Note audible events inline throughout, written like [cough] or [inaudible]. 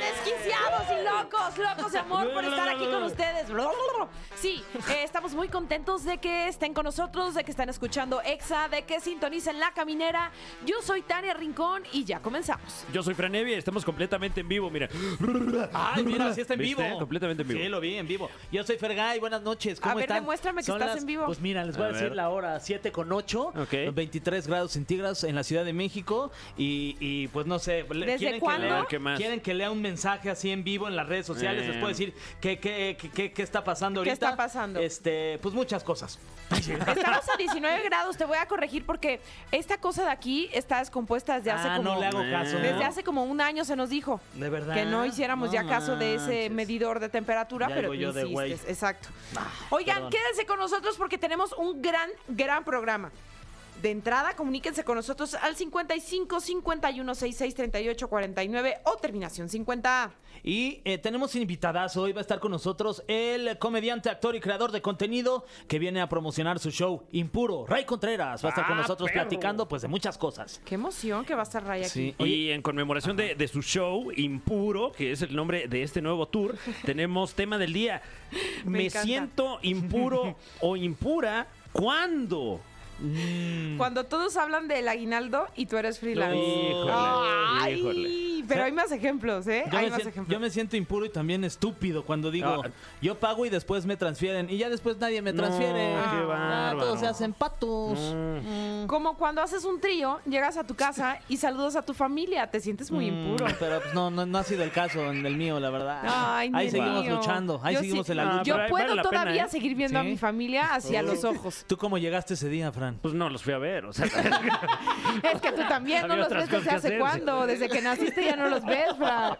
Desquiciados y locos, locos de amor por estar aquí con ustedes. Sí, eh, estamos muy contentos de que estén con nosotros, de que están escuchando EXA, de que sintonicen La Caminera. Yo soy Tania Rincón y ya comenzamos. Yo soy Fran Evia y estamos completamente en vivo, mira. Ay, mira, sí está en ¿Viste? vivo. Completamente en vivo. Sí, lo vi en vivo. Yo soy Fergay, buenas noches. ¿Cómo A ver, están? demuéstrame que estás en vivo. Pues mira, les voy a, A decir ver. la hora, 7 con 8, Ok. 23 grados centígrados en la Ciudad de México. Y, y, pues no sé, le- ¿Desde quieren cuándo? Que A lea, ver, ¿qué más? Quieren que lea un mensaje así en vivo en las redes sociales. Eh. Les puedo decir qué, qué, qué, qué- qué está pasando ¿Qué ahorita. está pasando? Este, pues muchas cosas. Estamos a 19 grados, te voy a corregir porque esta cosa de aquí está descompuesta desde hace ah, como no le hago caso. desde hace como un año se nos dijo ¿De verdad? que no hiciéramos No ya caso de ese manches. medidor de temperatura, Ya pero digo yo tú de güey. Ah, insistes, exacto. Oigan, perdón. quédense con nosotros porque tenemos un gran, gran programa. De entrada, comuníquense con nosotros al 55 51 66 38 49 o terminación 50. Y eh, tenemos invitadas. Hoy va a estar con nosotros el comediante, actor y creador de contenido que viene a promocionar su show Impuro. Ray Contreras va a estar con Ah, nosotros perro. platicando pues de muchas cosas. Qué emoción que va a estar Ray aquí. Sí. Y en conmemoración de, de su show Impuro, que es el nombre de este nuevo [laughs] tour, tenemos tema del día. Me Me, encanta. siento [laughs] impuro o impura cuando. Cuando todos hablan del aguinaldo y tú eres freelance. Híjole, Ay, híjole. pero hay más ejemplos, ¿eh? Yo hay me, más sien- ejemplos. yo me siento impuro y también estúpido cuando digo Ah. yo pago y después me transfieren y ya después nadie me transfiere. qué Ah, bárbaro. Mm. todos se hacen patos. Como cuando haces un trío, llegas a tu casa y saludas a tu familia, te sientes muy impuro. Mm, Pero pues, no, no, no ha sido el caso en el mío, la verdad. Ay, ahí mi seguimos niño. luchando, ahí Yo seguimos sí- en la Ah, lucha. Yo pero puedo vale la pena, todavía ¿eh? seguir viendo a Sí. Oh. mi familia hacia los ojos. ¿Tú cómo llegaste ese día, Fran? Pues no los fui a ver, o sea. [laughs] Es que tú también no Había los otras ves desde cosas que hace hacer. cuándo, desde que naciste ya no los ves, Fran.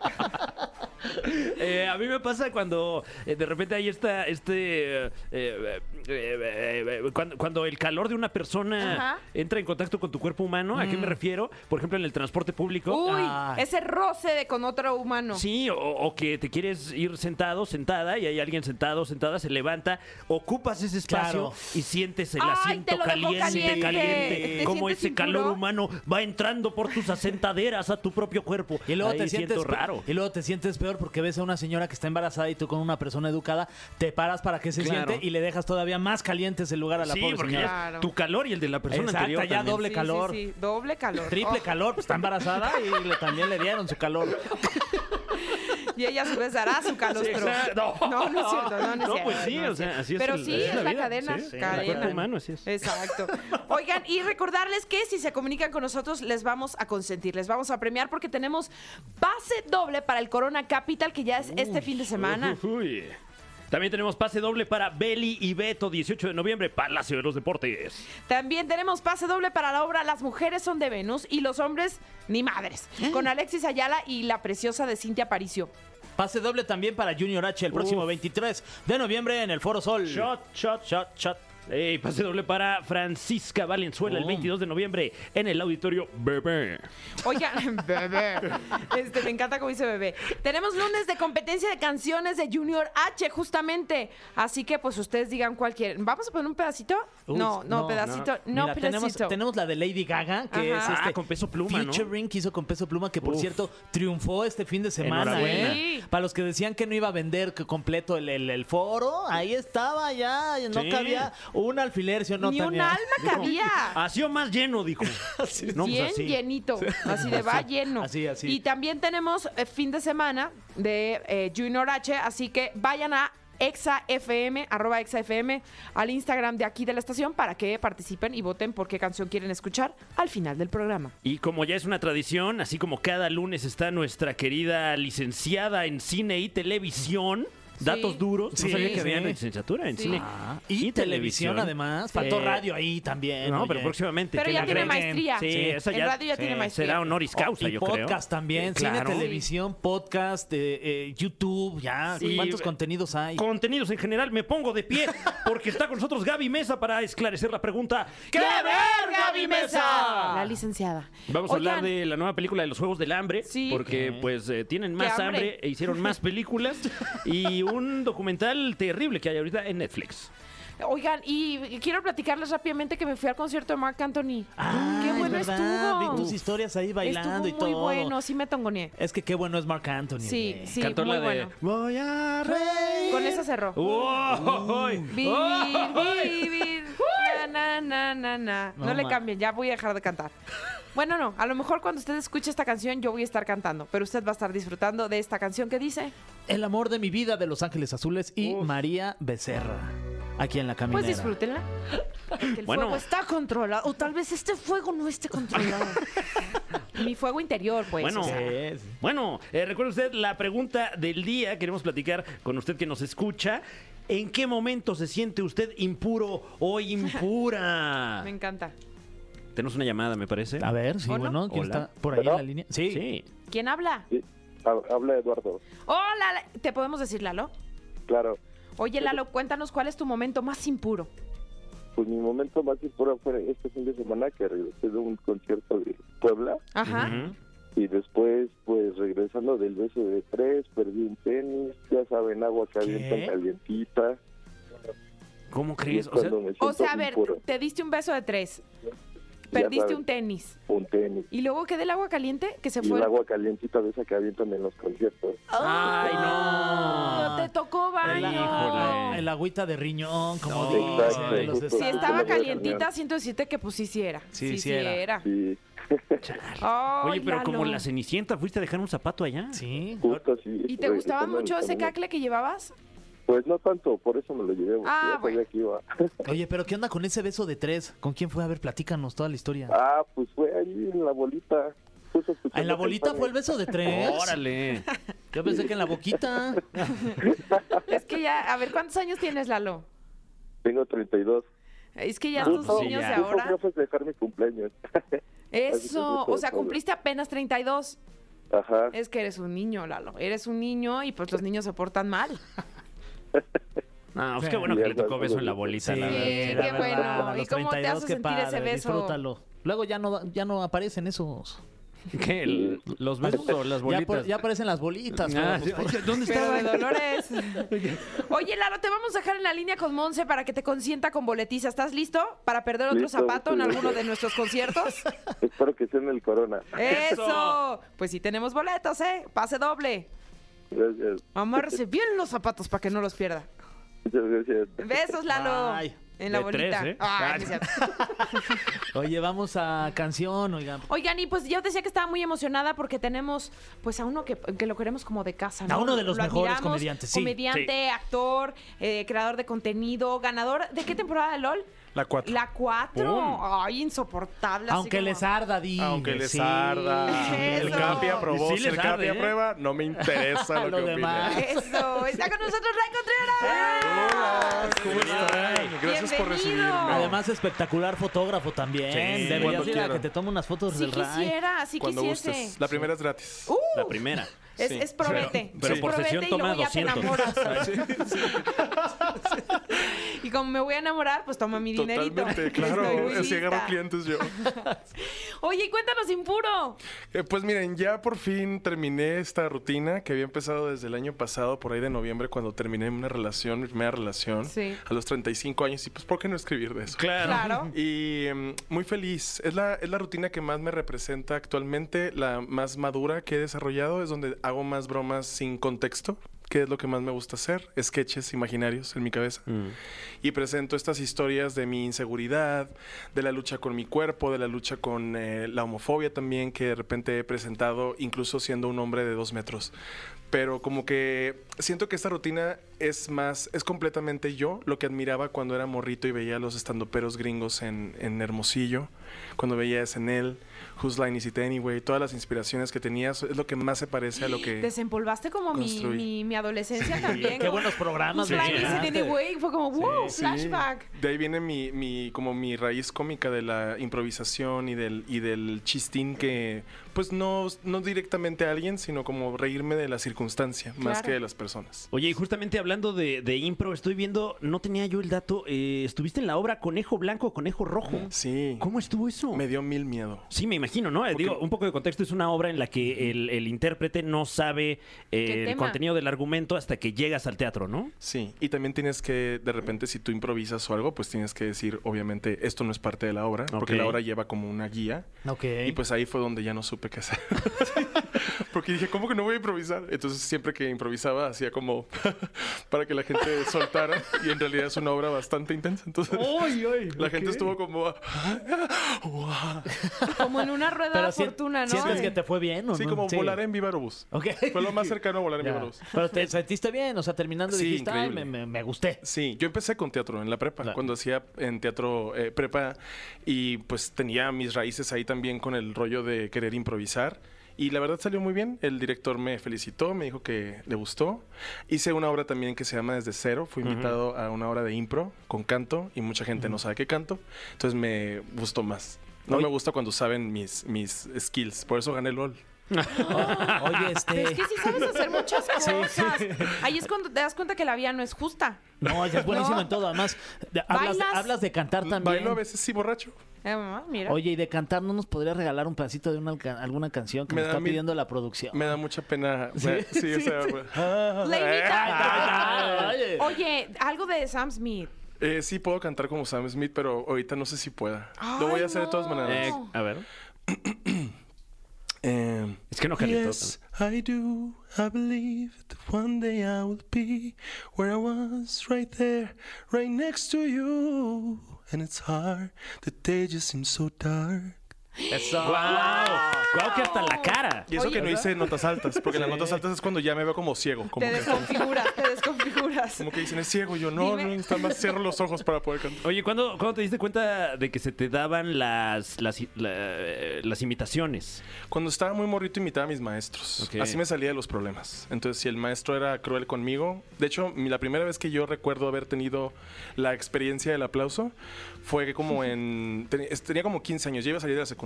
Eh, a mí me pasa cuando eh, de repente hay esta, este, eh, eh, eh, eh, eh, cuando, cuando el calor de una persona Ajá. Mm. entra en contacto con tu cuerpo humano, ¿a qué me refiero? Por ejemplo, en el transporte público. Uy, Ay. ese roce de con otro humano. Sí, o, o que te quieres ir sentado, sentada, y hay alguien sentado, sentada, se levanta, ocupas ese espacio Claro. y sientes el ¡Ay, te asiento lo dejó caliente, caliente! caliente, ¿Te como sientes ese calor impuro? humano va entrando por tus asentaderas a tu propio cuerpo. Y luego, Ahí te sientes siento pe- raro. y luego te sientes peor porque ves a una señora que está embarazada y tú con una persona educada, te paras para que se Claro. siente y le dejas todavía más caliente ese lugar a la sí, pobre porque señora. ya Claro. tu calor y el de la persona Exacto, anterior ya también. doble Sí, calor. sí, sí, doble calor. Triple Oh, calor, pues, está embarazada y le- también le dieron su calor. Y ella a su vez dará su calostro. Sí, exacto. no, no, es cierto, no, no, es No, cierto, pues sí, es o cierto. sea, así es Pero el- sí, así es, es la la vida, cadena, sí, sí, el cadena. cuerpo humano, así es. Exacto. Oigan, y recordarles que si se comunican con nosotros, les vamos a consentir, les vamos a premiar porque tenemos pase doble para el Corona Capital, que ya es este fin de [laughs] semana. Uy. También tenemos pase doble para Beli y Beto, 18 de noviembre, Palacio de los Deportes. También tenemos pase doble para la obra Las mujeres son de Venus y los hombres ni madres, ¿Eh? con Alexis Ayala y la preciosa de Cintia Aparicio. Pase doble también para Junior H el próximo Uf. 23 de noviembre en el Foro Sol. Shot, shot, shot, shot. Ey, pase doble para Francisca Valenzuela el Oh. 22 de noviembre en el auditorio Bebé. Oigan, [laughs] bebé. Este, me encanta cómo dice bebé. Tenemos lunes de competencia de canciones de Junior H, justamente. Así que, pues, ustedes digan cuál quieren. ¿Vamos a poner un pedacito? Uy, no, no, pedacito. No, Mira, pedacito. Tenemos, tenemos la de Lady Gaga, que Ajá. es este. Ah, con Peso Pluma, ¿no? Featuring que hizo con Peso Pluma, que por Uf. cierto triunfó este fin de semana. Enhorabuena. ¿eh? Sí. Para los que decían que no iba a vender que completo el, el- el foro, ahí estaba ya. No Sí. cabía un alfiler, ¿sí o no? Ni un Tania? [laughs] alma [laughs] cabía. Así o más lleno, dijo. Ah, No, pues Bien así. llenito, así de va lleno. así, así. Y también tenemos eh, fin de semana de eh, Junior H, así que vayan a exafm, arroba exafm, al Instagram de aquí de la estación para que participen y voten por qué canción quieren escuchar al final del programa. Y como ya es una tradición, así como cada lunes está nuestra querida licenciada en cine y televisión. Sí. Datos duros. Sí, no sabía sí. que había una licenciatura en Sí. cine. Ah, y, televisión, además. Faltó Eh, radio ahí también. No, pero oye. próximamente. Pero que ya la tiene agreguen. maestría. Sí, Sí. esa En ya radio ya tiene sí, maestría. Será honoris causa, Oh, y yo creo. podcast también, Sí, cine, claro. televisión, podcast, eh, eh, YouTube, ya. Sí. ¿Cuántos contenidos hay? Contenidos en general, me pongo de pie porque está con nosotros Gaby Mesa para esclarecer la pregunta. ¡Qué ver, Gaby Mesa. La licenciada. Vamos a hablar Oigan, de la nueva película de los Juegos del Hambre, Sí. porque Ok. pues eh, tienen más hambre? hambre? e hicieron más películas y un documental terrible que hay ahorita en Netflix. Oigan, y quiero platicarles rápidamente que me fui al concierto de Marc Anthony. Ah, ¡Qué es bueno verdad, estuvo! Vi tus historias ahí bailando estuvo y todo. muy bueno, sí me tongoneé. Es que qué bueno es Marc Anthony. Sí, güey. sí, Cantó muy la de bueno. Voy a reír. Con esa cerró. ¡Oh! Vivir, ¡Oh! vivir. Na, na, na, na, na. No, No, le ma. cambien, ya voy a dejar de cantar. Bueno, no, a lo mejor cuando usted escuche esta canción yo voy a estar cantando, pero usted va a estar disfrutando de esta canción que dice, El amor de mi vida de Los Ángeles Azules y Uf. María Becerra. Aquí en la caminera. pues disfrútenla. Porque el Bueno. fuego está controlado, o tal vez este fuego no esté [laughs] controlado. Mi fuego interior, pues. Bueno. o sea. Sí, sí. Bueno, eh, recuerde usted la pregunta del día. Queremos platicar con usted que nos escucha. ¿En qué momento se siente usted impuro o impura? [laughs] Me encanta. Tenemos una llamada, me parece. A ver, sí, Hola. bueno, ¿quién Hola. está por ahí en ¿Pero? la línea? Sí. Sí. ¿Quién habla? Sí, ha- habla Eduardo. Hola, la- ¿te podemos decir Lalo? Claro, Oye, Lalo, cuéntanos cuál es tu momento más impuro. pues mi momento más impuro fue este fin de semana que regresé de un concierto de Puebla Ajá. Ujú. y después, pues regresando del beso de tres, perdí un tenis, ya saben, agua ¿Qué? caliente, calientita. ¿Cómo y crees? es O sea, cuando me siento O sea, a ver, impuro. te diste un beso de tres, Ya perdiste saben, un tenis. un tenis. ¿Y luego qué del agua caliente? Que se Y fue. el agua calientita de esa que avientan en los conciertos. ¡Ay, no! Ah, Te tocó baño. Híjole. El agüita de riñón, como No, dicen. exacto, de los justo. Si Sí, estaba Te lo Pues, voy a calientita, cambiar. siento decirte que pues sí, sí era. Sí, sí era. Y Ay, Oye, pero como Lalo. la cenicienta, ¿fuiste a dejar un zapato allá? Sí. justo así. ¿Y te gustaba regresando mucho del ese camino. cacle que llevabas? Pues no tanto, por eso me lo llevé. porque Ah, ya sabía que iba. Oye, pero ¿qué onda con ese beso de tres? ¿Con quién fue? A ver, platícanos toda la historia. Ah, pues fue ahí en la bolita. Justo escuchando ¿En la bolita campanas. fue el beso de tres? ¡Órale! Yo pensé que en la boquita. Es que ya, a ver, ¿cuántos años tienes, Lalo? Tengo 32. Es que ya Justo- tus niños Ah, de pues, sí, ya. justo fui ahora. a festejar mi cumpleaños. Eso, o sea, cumpliste apenas 32. Ajá. Eh. Es que eres un niño, Lalo. Eres un niño y pues los niños se portan mal. No, pues Sí. qué bueno que le tocó Sí, beso en la bolita, Sí, la verdad. [laughs] qué la verdad, bueno. a ¿Y los cómo te hace 32, qué sentir ese padre, beso? Disfrútalo. Luego ya no, ya no aparecen esos. ¿Qué? ¿El- ¿Los besos o [laughs] las Ya, bolitas? por- ya aparecen las bolitas. pero, Ah, pues, por- sí. ¿Dónde Pero estaba? de Dolores. Oye, Lalo, te vamos a dejar en la línea con Monse para que te consienta con boletiza. ¿Estás listo para perder otro Listo, zapato en listo. alguno de nuestros conciertos? Espero que sea en el corona. Eh. ¡Eso! Pues sí tenemos boletos, ¿eh? Pase doble. Gracias. Amárrese bien los zapatos para que no los pierda. Muchas gracias. Besos, Lalo. Ay, en la de bolita. tres, ¿eh? Ay, Ah. no es cierto. Oye, vamos a canción, oigan. [laughs] Oigan, y pues yo decía que estaba muy emocionada porque tenemos pues a uno que, que lo queremos como de casa, ¿no? A uno de los Lo mejores admiramos, comediantes, sí, Comediante, actor, eh, creador de contenido, ganador. ¿De qué temporada de LOL? La 4. La 4. ¡Pum! Ay, insoportable. así Aunque como- les arda, di. Aunque les arda. Eso. El Capi aprobó, Sí si les el Capi arde, ¿eh? aprueba, no [laughs] me interesa lo, Lo que demás. opinan. Eso. Está con nosotros Ray Contreras. Hola, [laughs] ¿cómo están? Gracias por Bienvenido. recibirme. Además, espectacular fotógrafo también. Sí, Deberías cuando ir a quiera. que te tome unas fotos Si del Ray. quisiera, si Cuando quisiese. gustes. La primera es gratis. Uh, La [laughs] primera. es, sí. es promete. Pero- pero es por promete sesión y toma luego ya te 200. enamoras. [laughs] Y como me voy a enamorar, pues toma mi dinerito. [laughs] Totalmente, Estoy muy claro. Así lista. agarro clientes [laughs] yo. Oye, y cuéntanos, impuro. Eh, pues miren, ya por fin terminé esta rutina que había empezado desde el año pasado, por ahí de noviembre, cuando terminé una relación, mi primera relación, Sí. a los 35 años. Y pues, ¿por qué no escribir de eso? Claro. Claro. Y mm, muy feliz. Es la, es la rutina que más me representa actualmente, la más madura que he desarrollado, es donde hago más bromas sin contexto, que es lo que más me gusta hacer, sketches imaginarios en mi cabeza. Y presento estas historias de mi inseguridad, de la lucha con mi cuerpo, de la lucha con eh, la homofobia también, que de repente he presentado incluso siendo un hombre de dos metros. Pero como que siento que esta rutina es más, es completamente yo, lo que admiraba cuando era morrito y veía a los estandoperos gringos en, en Hermosillo, cuando veía SNL, Whose Line Is It Anyway, todas las inspiraciones que tenías, es lo que más se parece a lo que... Desempolvaste como mi, construí. mi, mi adolescencia también. Qué buenos programas, Sí. ¿verdad? Fue como, wow, Sí. flashback. De ahí viene mi, mi- como mi raíz cómica de la improvisación y del, y del chistín que, pues no, no directamente a alguien, sino como reírme de las circunstancia más Claro. que de las personas. Oye, y justamente hablando de, de impro, estoy viendo, no tenía yo el dato, eh, estuviste en la obra Conejo Blanco, Conejo Rojo. Sí. ¿Cómo estuvo eso? Me dio mil miedo. Sí, me imagino, ¿no? Eh, Digo, un poco de contexto, es una obra en la que el, el intérprete no sabe eh, ¿Qué el tema? contenido del argumento hasta que llegas al teatro, ¿no? Sí, y también tienes que, de repente, si tú improvisas o algo, pues tienes que decir, obviamente, esto no es parte de la obra, porque Ok. la obra lleva como una guía. Ok. Y pues ahí fue donde ya no supe [laughs] qué hacer. porque dije, ¿cómo que no voy a improvisar? Entonces siempre que improvisaba hacía como [laughs] para que la gente soltara y en realidad es una obra bastante intensa. Entonces [laughs] la gente estuvo como... "Ah, Como en una rueda de si- fortuna, ¿no? ¿Sientes Sí. que te fue bien o Sí, no? como volar en Vivarobús. Ok. Fue lo más cercano a volar en Ya. Vivarobús. Pero te sentiste bien, o sea, terminando Sí, dijiste, "Ay, me, increíble. me- me gusté. [laughs] Sí, yo empecé con teatro en la prepa, Claro. cuando hacía en teatro eh, prepa y pues tenía mis raíces ahí también con el rollo de querer improvisar. Y la verdad salió muy bien, el director me felicitó, me dijo que le gustó. Hice una obra también que se llama Desde Cero, fui invitado a una obra de impro con canto y mucha gente no sabe qué canto, entonces me gustó más. No me gusta cuando saben mis, mis skills, por eso gané LOL. Oye, este... Pero es que sí sabes hacer muchas cosas. Ahí es cuando te das cuenta que la vida no es justa. No, ella es buenísima en todo. Además, de- hablas, Bailas. hablas de cantar también. Bailo a veces sí borracho. Eh, mamá, mira. Oye, y de cantar, ¿no nos podría regalar un pedacito de una, alca- alguna canción que Me me, da está mil- pidiendo la producción? Me da mucha pena. me- sí, o sea, ah, Leidita. Oye. Oye, algo de Sam Smith. Eh, sí puedo cantar como Sam Smith, pero ahorita no sé si pueda. Lo Ay, voy a hacer de todas no. maneras. Eh, No. a ver. Em, Es que no Carlitos. Yes, I do. I believe that one day I will be where I was, right there, right next to you. And it's hard, the day just seems so dark. Eso. ¡Guau! ¡Guau, que hasta la cara! Y eso Oye, que no hice notas altas, porque las notas altas es cuando ya me veo como ciego. Como Te que, desconfiguras, te desconfiguras. como que dicen, es ciego. Yo no, Dime. no, está más cierro los ojos para poder cantar. Oye, ¿cuándo, cuándo te diste cuenta de que se te daban las, las, la- eh, las imitaciones? Cuando estaba muy morrito imitaba a mis maestros. Ok. Así me salía de los problemas. Entonces, si el maestro era cruel conmigo, de hecho, mi- la primera vez que yo recuerdo haber tenido la experiencia del aplauso fue que [laughs] como en... ten- es- tenía como 15 años, yo iba a salir de la secundaria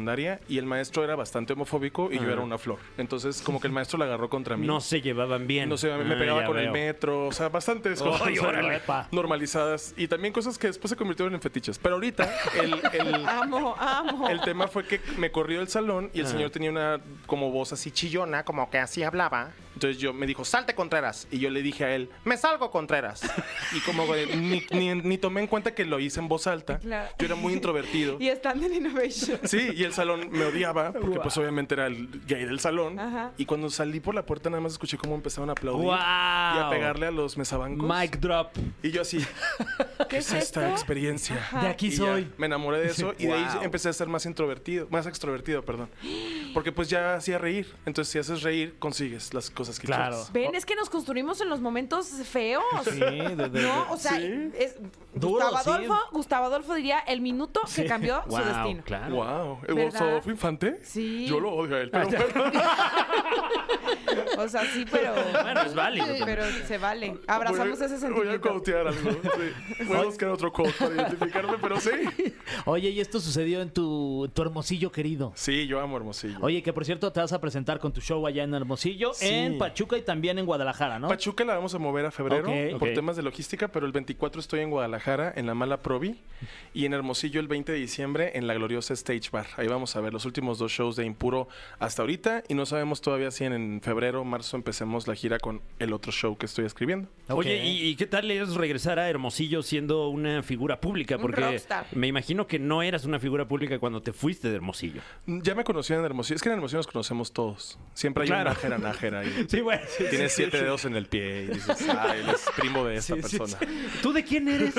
y el maestro era bastante homofóbico y yo era una flor. Entonces, como que el maestro la agarró contra mí. No se llevaban bien. No sé, me Ah, pegaba ya con el veo. metro, o sea, bastantes Ay, cosas o sea, órale. epa, normalizadas y también cosas que después se convirtieron en fetiches. Pero ahorita el, [laughs] el- Amo, amo. [laughs] el tema fue que me corrió del salón y el señor tenía una como voz así chillona, como que así hablaba. Entonces yo me dijo, salte Contreras. Y yo le dije a él, me [laughs] salgo Contreras. Y como que ni, ni- ni tomé en cuenta que lo hice en voz alta. Claro. Yo era muy introvertido. [laughs] Y Standing Innovation. Sí, y el salón me odiaba, porque pues obviamente era el gay del salón. Ajá. Y cuando salí por la puerta nada más escuché cómo empezaron a aplaudir ¡Wow! y a pegarle a los mesabancos. Mic drop. Y yo [laughs] así, ¿Qué es esta esto? experiencia? De aquí Ah. Y ya, soy. me enamoré de eso y de ahí empecé a ser más introvertido, más extrovertido, perdón. Porque pues ya hacía reír. Entonces, si haces reír, consigues las cosas que Claro. quieres. Ven, es que nos construimos en los momentos feos. Sí, de- de- de- No, o sea, es- Duro, Gustavo, sí. Adolfo, Gustavo Adolfo diría el minuto que cambió su destino. claro. Wow, ¿Verdad? ¿Eduardo fue Infante? Sí. Ah, Yo lo odio a él, pero bueno. O sea, sí, pero. Bueno, es válido también. Pero se vale. [laughs] Abrazamos Voy a- ese Voy a sentimiento. cotear algo. sí. Voy a buscar otro quote para identificarme, pero sí. Oye, y esto sucedió en tu, en tu hermosillo querido. Sí, yo amo Hermosillo. Oye, que por cierto te vas a presentar con tu show allá en Hermosillo, en Pachuca y también en Guadalajara, ¿no? Pachuca la vamos a mover a febrero Ok. por Ok. temas de logística, pero el 24 estoy en Guadalajara, en la Mala Provi, y en Hermosillo el 20 de diciembre en la gloriosa Stage Bar. Ahí vamos a ver los últimos dos shows de Impuro hasta ahorita, y no sabemos todavía si en, en febrero o marzo empecemos la gira con el otro show que estoy escribiendo. Ok. Oye, ¿y, y qué tal es regresar a Hermosillo siendo una figura pública? Un Porque rockstar. me imagino que no eras una figura pública cuando te fuiste de Hermosillo. Mm, Ya me conocían en Hermosillo, es que en Hermosillo nos conocemos todos. Siempre hay Claro. una nájera, nájera. y [laughs] Sí, bueno. Tienes siete dedos en el pie y dices, ah, él es [laughs] primo de esa persona. ¿Tú de quién eres?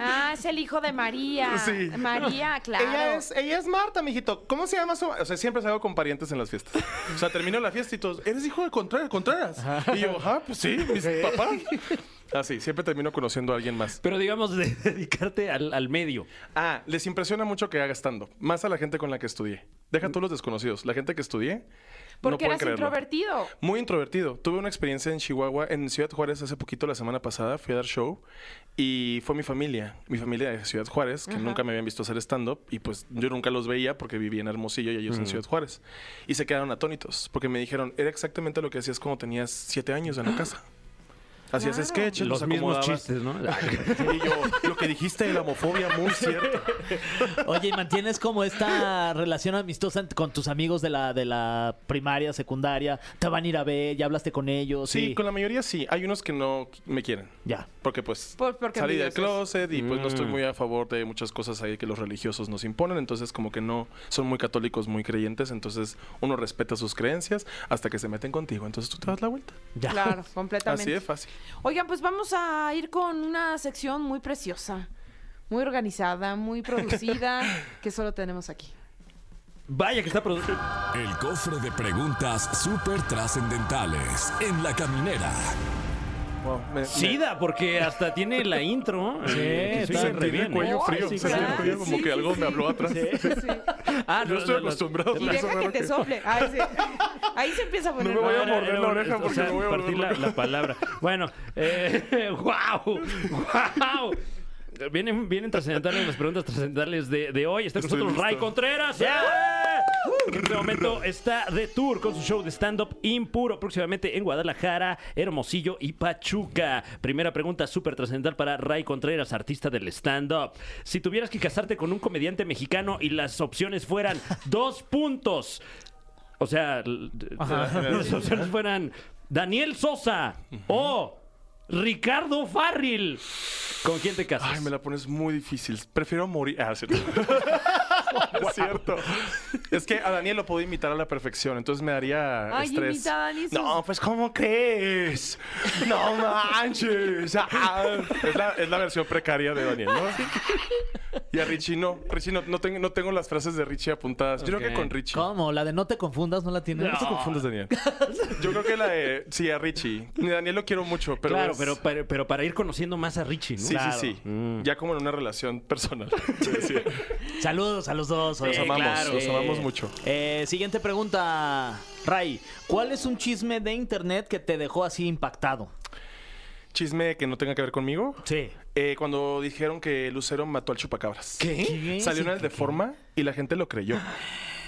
Ah, es el hijo de María. Sí. María, claro. Ella es, ella es Marta, mijito. ¿Cómo se llama su O sea, siempre salgo con parientes en las fiestas. O sea, termino la fiesta y todos, eres hijo de Contreras, Contreras. Y yo, ah, pues sí, mis papás. Así, siempre termino conociendo a alguien más. Pero digamos, de [laughs] dedicarte al, al medio. Ah, les impresiona mucho que haga estando. Más a la gente con la que estudié. Deja tú los desconocidos. La gente que estudié, Porque pueden eras creerlo. introvertido. Muy introvertido. Tuve una experiencia en Chihuahua, en Ciudad Juárez, hace poquito, la semana pasada. Fui a dar show y fue mi familia, mi familia de Ciudad Juárez, que nunca me habían visto hacer stand-up y pues yo nunca los veía porque vivía en Hermosillo y ellos Mm. en Ciudad Juárez. Y se quedaron atónitos porque me dijeron, era exactamente lo que hacías cuando tenías siete años en la casa. Hacías Claro. sketches, Los Ah, mismos acomodabas. chistes, ¿no? Y yo, lo que dijiste de la homofobia, muy cierto. Oye, ¿y mantienes como esta relación amistosa ent- con tus amigos de la, de la primaria, secundaria? ¿Te van a ir a ver? ¿Ya hablaste con ellos? Sí, Y- con la mayoría sí. Hay unos que no me quieren. Ya. Porque pues Por- porque salí del envidiosos. closet y pues no estoy muy a favor de muchas cosas ahí que los religiosos nos imponen, entonces como que no son muy católicos, muy creyentes, entonces uno respeta sus creencias hasta que se meten contigo, entonces tú te das la vuelta. Ya. Claro, Así completamente. de fácil. Oigan, pues vamos a ir con una sección muy preciosa, muy organizada, muy [laughs] producida, que solo tenemos aquí. Vaya que está produ- El cofre de preguntas súper trascendentales en la caminera. Wow, me- me- Sida, porque hasta tiene la intro. eh, Sí, sentí el cuello ¿eh? frío, Sí, sentí el claro. cuello como Sí, que sí, algo sí. me habló atrás. Ah, Yo estoy acostumbrado. Y deja que te sople. Ay, [laughs] sí. Ahí se empieza a poner. me voy a mal. Era- morder era la un- oreja o porque sea, me voy a volver partir la, loco. la palabra. Bueno, eh, [laughs] wow, wow. Vienen, vienen trascendentales las preguntas trascendentales de, de hoy. Está con Estoy nosotros Ray listo. Contreras. ¡Eh! En este momento está de tour con su show de stand-up impuro, próximamente en Guadalajara, Hermosillo y Pachuca. Primera pregunta súper trascendental para Ray Contreras, artista del stand-up. Si tuvieras que casarte con un comediante mexicano y las opciones fueran dos puntos, o sea, l- d- las opciones fueran Daniel Sosa o Ricardo Farril. ¿Con quién te casas? Ay, me la pones muy difícil. Prefiero morir. [laughs] Ah, es cierto. es cierto. Es que a Daniel lo puedo imitar a la perfección, entonces me daría Ay, estrés. imita a Dani sus- No, pues ¿cómo crees? No manches. Ah. Es, la, es la versión precaria de Daniel, ¿no? Y a Richie no. Richie no, no, tengo, no tengo las frases de Richie apuntadas. Yo creo Ok. que con Richie. ¿Cómo? ¿La de no te confundas no la tienes? No te confundas, Daniel. Yo creo que la de... Sí, a Richie. Ni Daniel lo quiero mucho, pero... Mm. claro, es- pero, pero, pero para ir conociendo más a Richie, ¿no? Mm. Sí, sí, sí. Ya como en una relación personal. [laughs] Sí, sí. Saludos a los dos. Los oye. amamos, claro. los Sí. amamos mucho. Eh, siguiente pregunta, Ray. ¿Cuál es un chisme de internet que te dejó así impactado? Chisme que no tenga que ver conmigo. Sí. Eh, cuando dijeron que Lucero mató al chupacabras. ¿Qué? Salió en el Deforma y la gente lo creyó.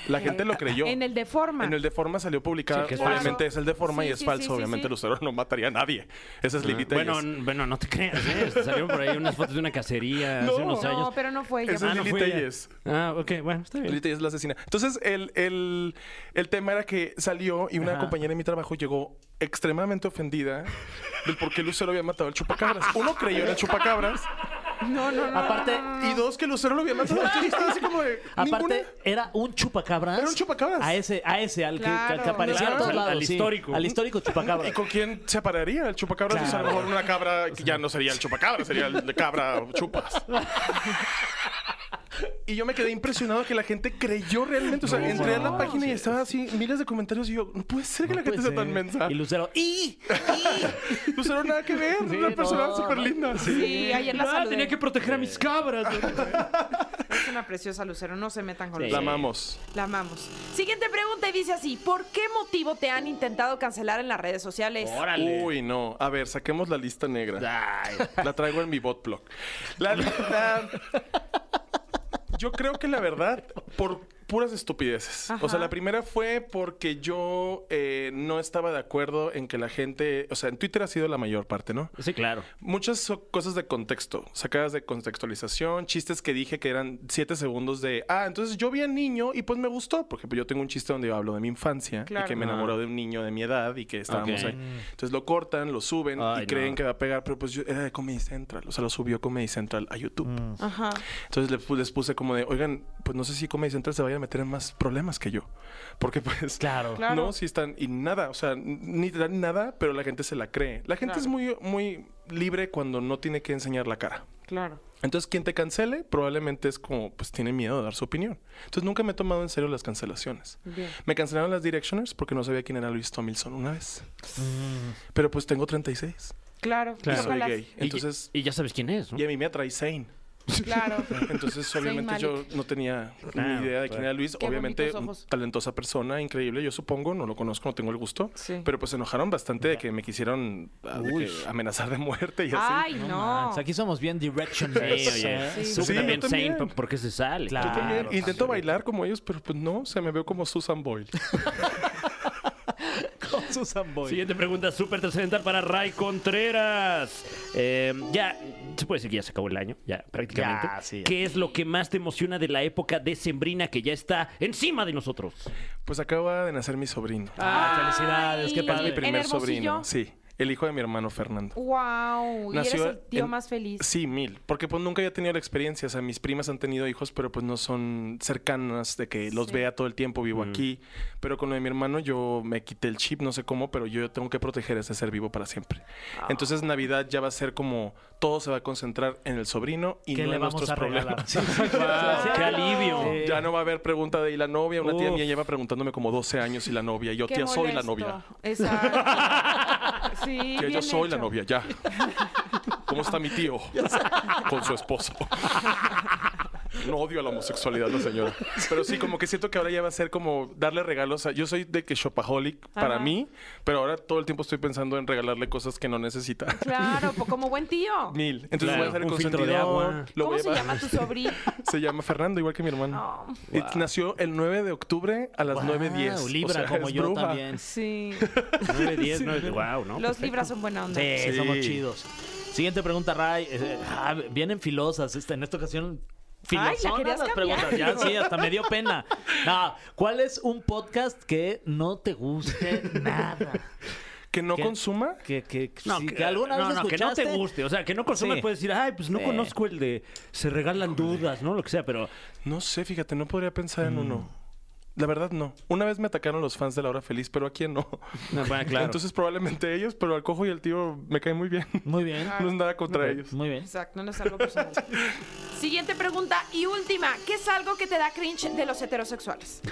La gente lo creyó. En el Deforma. En el Deforma salió publicada. Sí, que es obviamente falso. es el Deforma Sí, y es sí, falso. sí, sí, obviamente sí. Lucero no mataría a nadie. Esa es Lilita. Bueno, y es- n- bueno, no te creas, ¿eh? Salieron por ahí unas fotos de una [laughs] cacería hace No. unos años. No, pero no fue ella. Esa es Ah, no Lilita fue ella. Telles. Ah, ok, bueno, está bien. Lilita Telles es la asesina. Entonces, el, el- el tema era que salió y una compañera de mi trabajo llegó extremadamente ofendida del por qué Lucero había matado al chupacabras. Uno creyó en el chupacabras No, no, Ah, no. Aparte, y dos que Lucero lo había matado. Entonces, estaba así como [laughs] de, aparte "Ninguna". era un chupacabras. Era un chupacabras. A ese, a ese, al que- Claro. al que, aparecía Claro. en todos Al- lados. al sí. histórico. Al histórico chupacabras. ¿Y [laughs] con quién se pararía el chupacabras? O sea, a lo mejor una cabra que ya no sería el chupacabra, sería el de cabra chupas. [laughs] Y yo me quedé impresionado que la gente creyó realmente. O sea, entré a la página y estaba así miles de comentarios y yo, no puede ser que la gente Pues, sea tan eh, mensa. [laughs] Y Lucero, ¡y! No será nada que ver. una no, persona no. súper linda. Sí, ayer la Ah, saludé. tenía que proteger a Eh, mis cabras. Es una preciosa Lucero, no se metan con La Lucero. amamos. La amamos. Siguiente pregunta y dice así, ¿por qué motivo te han intentado cancelar en las redes sociales? Órale. Uy, no. A ver, saquemos la lista negra. Ay. La traigo en mi bot blog. La, la- yo creo que la verdad, por puras estupideces. O Ajá. sea, la primera fue porque yo eh, no estaba de acuerdo en que la gente, o sea, en Twitter ha sido la mayor parte, ¿no? Sí, claro. Muchas so- cosas de contexto, sacadas de contextualización, chistes que dije que eran siete segundos de, ah, entonces yo vi a niño y pues me gustó, porque pues yo tengo un chiste donde yo hablo de mi infancia Claro. y que me Ah. enamoró de un niño de mi edad y que estábamos Ok. ahí. Entonces lo cortan, lo suben Ay, y creen no. que va a pegar, pero pues yo era de Comedy Central, o sea, lo subió Comedy Central a YouTube. Ajá. Entonces le pu- les puse como de, oigan, pues no sé si Comedy Central se vaya a meter en más problemas que yo, porque pues... Claro. Claro. No, sí están. Y nada, o sea, n- ni te dan nada, pero la gente se la cree. La gente es muy, muy libre cuando no tiene que enseñar la cara. Claro. Entonces, quien te cancele probablemente es como, pues tiene miedo de dar su opinión. Entonces, nunca me he tomado en serio las cancelaciones. Bien. Me cancelaron las Directioners porque no sabía quién era Luis Tomilson una vez. Pero pues tengo 36. Claro. Y soy Ojalá. gay. Entonces, y, y ya sabes quién es, ¿no? y a mí me atrae Zane. Claro. [laughs] Entonces, Soy obviamente, yo no tenía Ah, ni idea de claro. quién era Luis. Qué obviamente, bonitos un- ojos. talentosa persona, increíble, yo supongo, no lo conozco, no tengo el gusto. Sí. Pero pues se enojaron bastante de que me quisieron ah, de que Uy. amenazar de muerte [laughs] y así. Ay, No no. manches, Pues aquí somos bien direction. Sí, oye. ¿eh? Sí, Sí, yo también, también. Zayn, ¿por qué se sale? Claro. Yo también Claro, intento bailar como ellos, pero pues no, se me veo como Susan Boyle. Con Susan Boyle. Siguiente pregunta súper trascendental para Ray Contreras. Eh, ya, se puede decir que ya se acabó el año, ya prácticamente. Ya, sí, ya. ¿Qué es lo que más te emociona de la época decembrina que ya está encima de nosotros? Pues acaba de nacer mi sobrino. Ah, felicidades, qué Ay. es mi padre. pri- primer Hermosillo? sobrino. Sí, el hijo de mi hermano Fernando. Wow. Y eres Nació el tío en- más feliz. Sí, mil. Porque pues nunca había tenido la experiencia. O sea, mis primas han tenido hijos, pero pues no son cercanas de que los Sí. vea todo el tiempo, vivo aquí. Pero con lo de mi hermano yo me quité el chip, no sé cómo, pero yo tengo que proteger a ese ser vivo para siempre. Ah. Entonces Navidad ya va a ser como todo se va a concentrar en el sobrino y ¿Qué no le en vamos nuestros a regalar? [laughs] [laughs] problemas. Sí, sí, sí. ¡Qué alivio! Sí. Ya no va a haber pregunta de ¿y la novia? Una tía Uf. mía lleva preguntándome como 12 años y la novia. y Yo, Qué tía, soy la molesto. novia. Exacto. [laughs] Sí, Tía, yo bien soy la hecho. novia, ya. ¿Cómo está [laughs] mi tío? Con su esposo. No odio a la homosexualidad, la señora. Pero sí, como que siento que ahora ya va a ser como darle regalos. a- Yo soy de que shopaholic para Ajá. mí, pero ahora todo el tiempo estoy pensando en regalarle cosas que no necesita. Claro, po- como buen [laughs] tío. Mil. Entonces Claro, voy a hacer el un filtro de consentidor, agua. lo ¿Cómo voy a se llevar- llama tu [laughs] sobrino? Se llama Fernando, igual que mi hermano. No. Y Nació el 9 de octubre a las Wow, 9.10. Libra, como es yo bruja. también. Sí, Sí. 9, 10, 9, wow, ¿no? Los libras son buena onda. Sí. somos chidos. Siguiente pregunta, Ray. Eh, ah, vienen filosas. esta- en esta ocasión, Ay, filosas la querías las cambiar. preguntas. Ya, sí, hasta me dio pena. No, ¿Cuál es un podcast que no te guste nada? Que no ¿Qué? consuma. Que, que, No, sí, que, que alguna no, vez no, que no escuchaste. te guste. O sea, que no consumas, Sí. puedes decir, ay, pues no Sí. conozco el de se regalan dudas, ¿no? Lo que sea, pero No sé, fíjate, no podría pensar en uno. La verdad, no. Una vez me atacaron los fans de La Hora Feliz, pero ¿a quién no? No, bueno, claro. Entonces, probablemente ellos, pero al cojo y al tío me caen muy bien. [laughs] Muy bien, No es nada contra ellos. muy bien. Exacto, no es algo personal. Siguiente pregunta y última. ¿Qué es algo que te da cringe de los heterosexuales?